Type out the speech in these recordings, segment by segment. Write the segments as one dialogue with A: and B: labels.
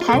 A: 台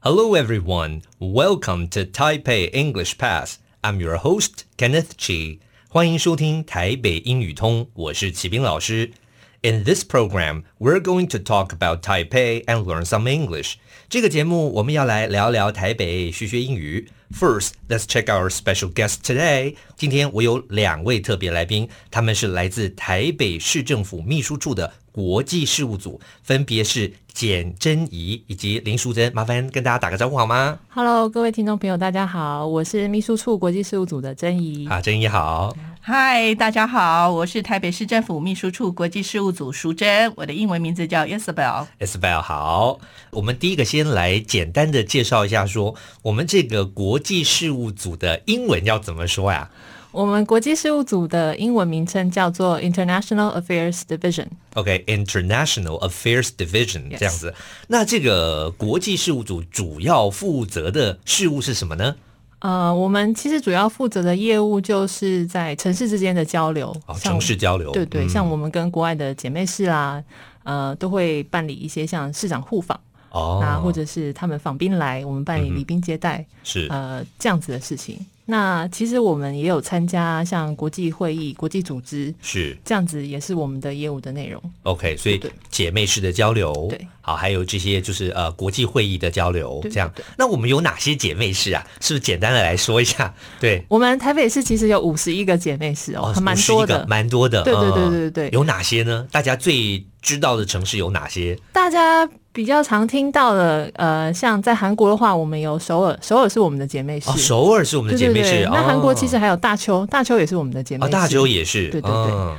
B: Hello, everyone. Welcome to Taipei English Pass. I'm your host Kenneth Chi. 欢迎收听台北英语通，我是齐斌老师。In this program, we're going to talk about Taipei and learn some English. 这个节目我们要来聊聊台北，学学英语。First, let's check our special guest today. 今天我有两位特别来宾，他们是来自台北市政府秘书处的国际事务组，分别是简真怡以及林淑珍。麻烦跟大家打个招呼好吗？
C: Hello，各位听众朋友，大家好，我是秘书处国际事务组的曾怡。
B: 啊，真怡好。
D: 嗨，大家好，我是台北市政府秘书处国际事务组淑珍，我的英文名字叫 Isabel。
B: Isabel 好，我们第一个先来简单的介绍一下说，我们这个国际事务组的英文要怎么说呀
C: 我们国际事务组的英文名称叫做 International Affairs Division。
B: ？OK，International、Affairs Division 这样子。那这个国际事务组主要负责的事务是什么呢？
C: 呃，我们其实主要负责的业务就是在城市之间的交流，
B: 哦，
C: 像
B: 城市交流。
C: 对对，
B: 嗯
C: 像我们跟国外的姐妹市啦，呃，都会办理一些像市长互访，
B: 哦，嗯
C: 那啊或者是他们访宾来，我们办理礼宾接待，
B: 是
C: 呃这样子的事情。那其实我们也有参加像国际会议、国际组织，
B: 是
C: 这样子也是我们的业务的内容。
B: OK，所以
C: 对
B: 姐妹式的交流
C: 对，
B: 好，还有这些就是呃国际会议的交流，
C: 对
B: 这样
C: 对。
B: 那我们有哪些姐妹市啊？是不是简单的来说一下？对，
C: 我们台北市其实有五十一个姐妹 市哦，还蛮多
B: 51个
C: 的。
B: 蛮多的。
C: 对对对
B: 嗯
C: 对对对
B: 有哪些呢？大家最知道的城市有哪些？
C: 大家比较常听到的，呃，像在韩国的话，我们有首尔，首尔是我们的姐妹市。
B: 哦，首尔是我们
C: 对
B: 的姐
C: 对
B: 妹
C: 对，
B: 市。
C: 那韩国其实
B: 啊
C: 还有大邱，大邱也是我们的姐，妹
B: 哦
C: 市。
B: 大洲也是。
C: 对对对
B: 嗯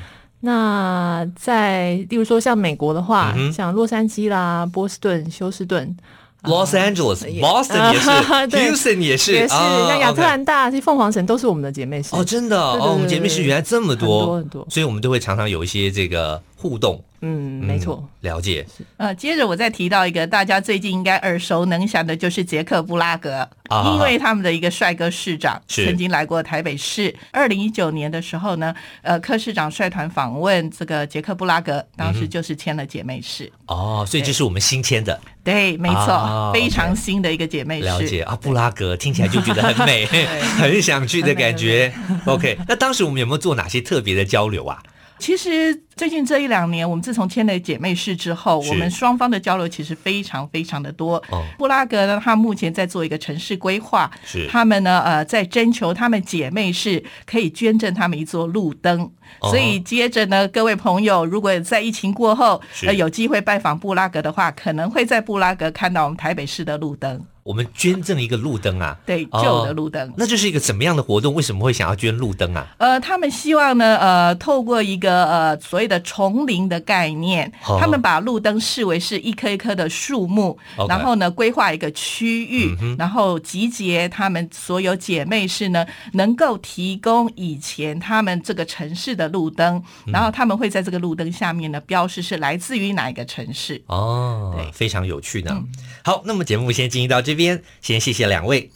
C: 那在例如说像美国的话，
B: 嗯哼
C: 像洛杉矶啦、波士顿、休斯顿，
B: Los Angeles、Boston
C: 啊
B: 也是、
C: 对
B: Houston 也是，
C: 也是
B: 啊
C: 像亚特
B: OK
C: 兰大、其实凤凰城都是我们的姐妹市。
B: 哦，真的哦
C: 对对对
B: 哦，我们姐妹市原来这么
C: 很
B: 多，
C: 多很多
B: 所以我们都会常常有一些这个互动。
C: 嗯，
B: 嗯
C: 没错。，
B: 了解。
D: 呃，接着我再提到一个大家最近应该耳熟能详的，就是捷克布拉格，
B: 啊
D: 因为他们的一个帅哥市长
B: 是
D: 曾经来过台北市。二零一九年的时候呢，呃，柯市长率团访问这个捷克布拉格，当
B: 嗯
D: 时就是签了姐妹市。
B: 哦，所以这是我们新签的，
D: 对，没错，
B: 啊
D: 非
B: OK
D: 常新的一个姐妹市。
B: 了解啊。布拉格听起来就觉得很 美， 很想去的感觉。OK，那当时我们有没有做哪些特别的交流啊？
D: 其实最近这一两年，我们自从签了姐妹市之后，
B: 是
D: 我们双方的交流其实非常非常的多。
B: 哦
D: 布拉格呢，他目前在做一个城市规划，
B: 是
D: 他们呢呃在征求他们姐妹市可以捐赠他们一座路灯。
B: 哦
D: 所以接着呢，各位朋友，如果在疫情过后，
B: 是
D: 呃有机会拜访布拉格的话，可能会在布拉格看到我们台北市的路灯，
B: 我们捐赠一个路灯啊，
D: 对，
B: 哦
D: 旧的路灯。
B: 那这是一个怎么样的活动？为什么会想要捐路灯啊？
D: 呃，他们希望呢，呃，透过一个呃所谓的丛林的概念，
B: 哦
D: 他们把路灯视为是一棵一棵的树木
B: OK
D: 然后呢，规划一个区域，然后集结他们所有姐妹市呢，能够提供以前他们这个城市的路灯，然后他们会在这个路灯下面呢，标示是来自于哪一个城市。
B: 哦
D: 对，
B: 非常有趣呢。好，那么节目先进行到这边，先谢谢两位。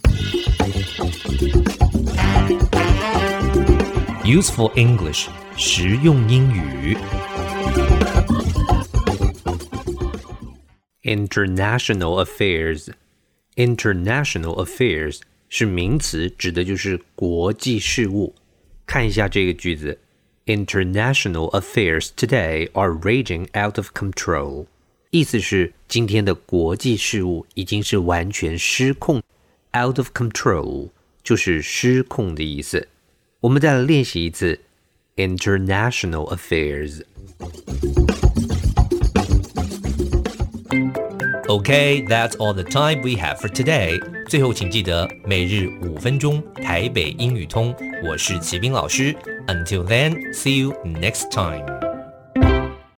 B: Useful English，实用英语。International Affairs，International Affairs 是名词，指的就是国际事务。看一下这个句子：International affairs today are raging out of control。意思是今天的国际事务已经是完全失控，out of control 就是失控的意思。我们再来练习一次 international affairs。Okay, that's all the time we have for today. 最后，请记得每日五分钟台北英语通。我是齐斌老师。Until then, see you next time.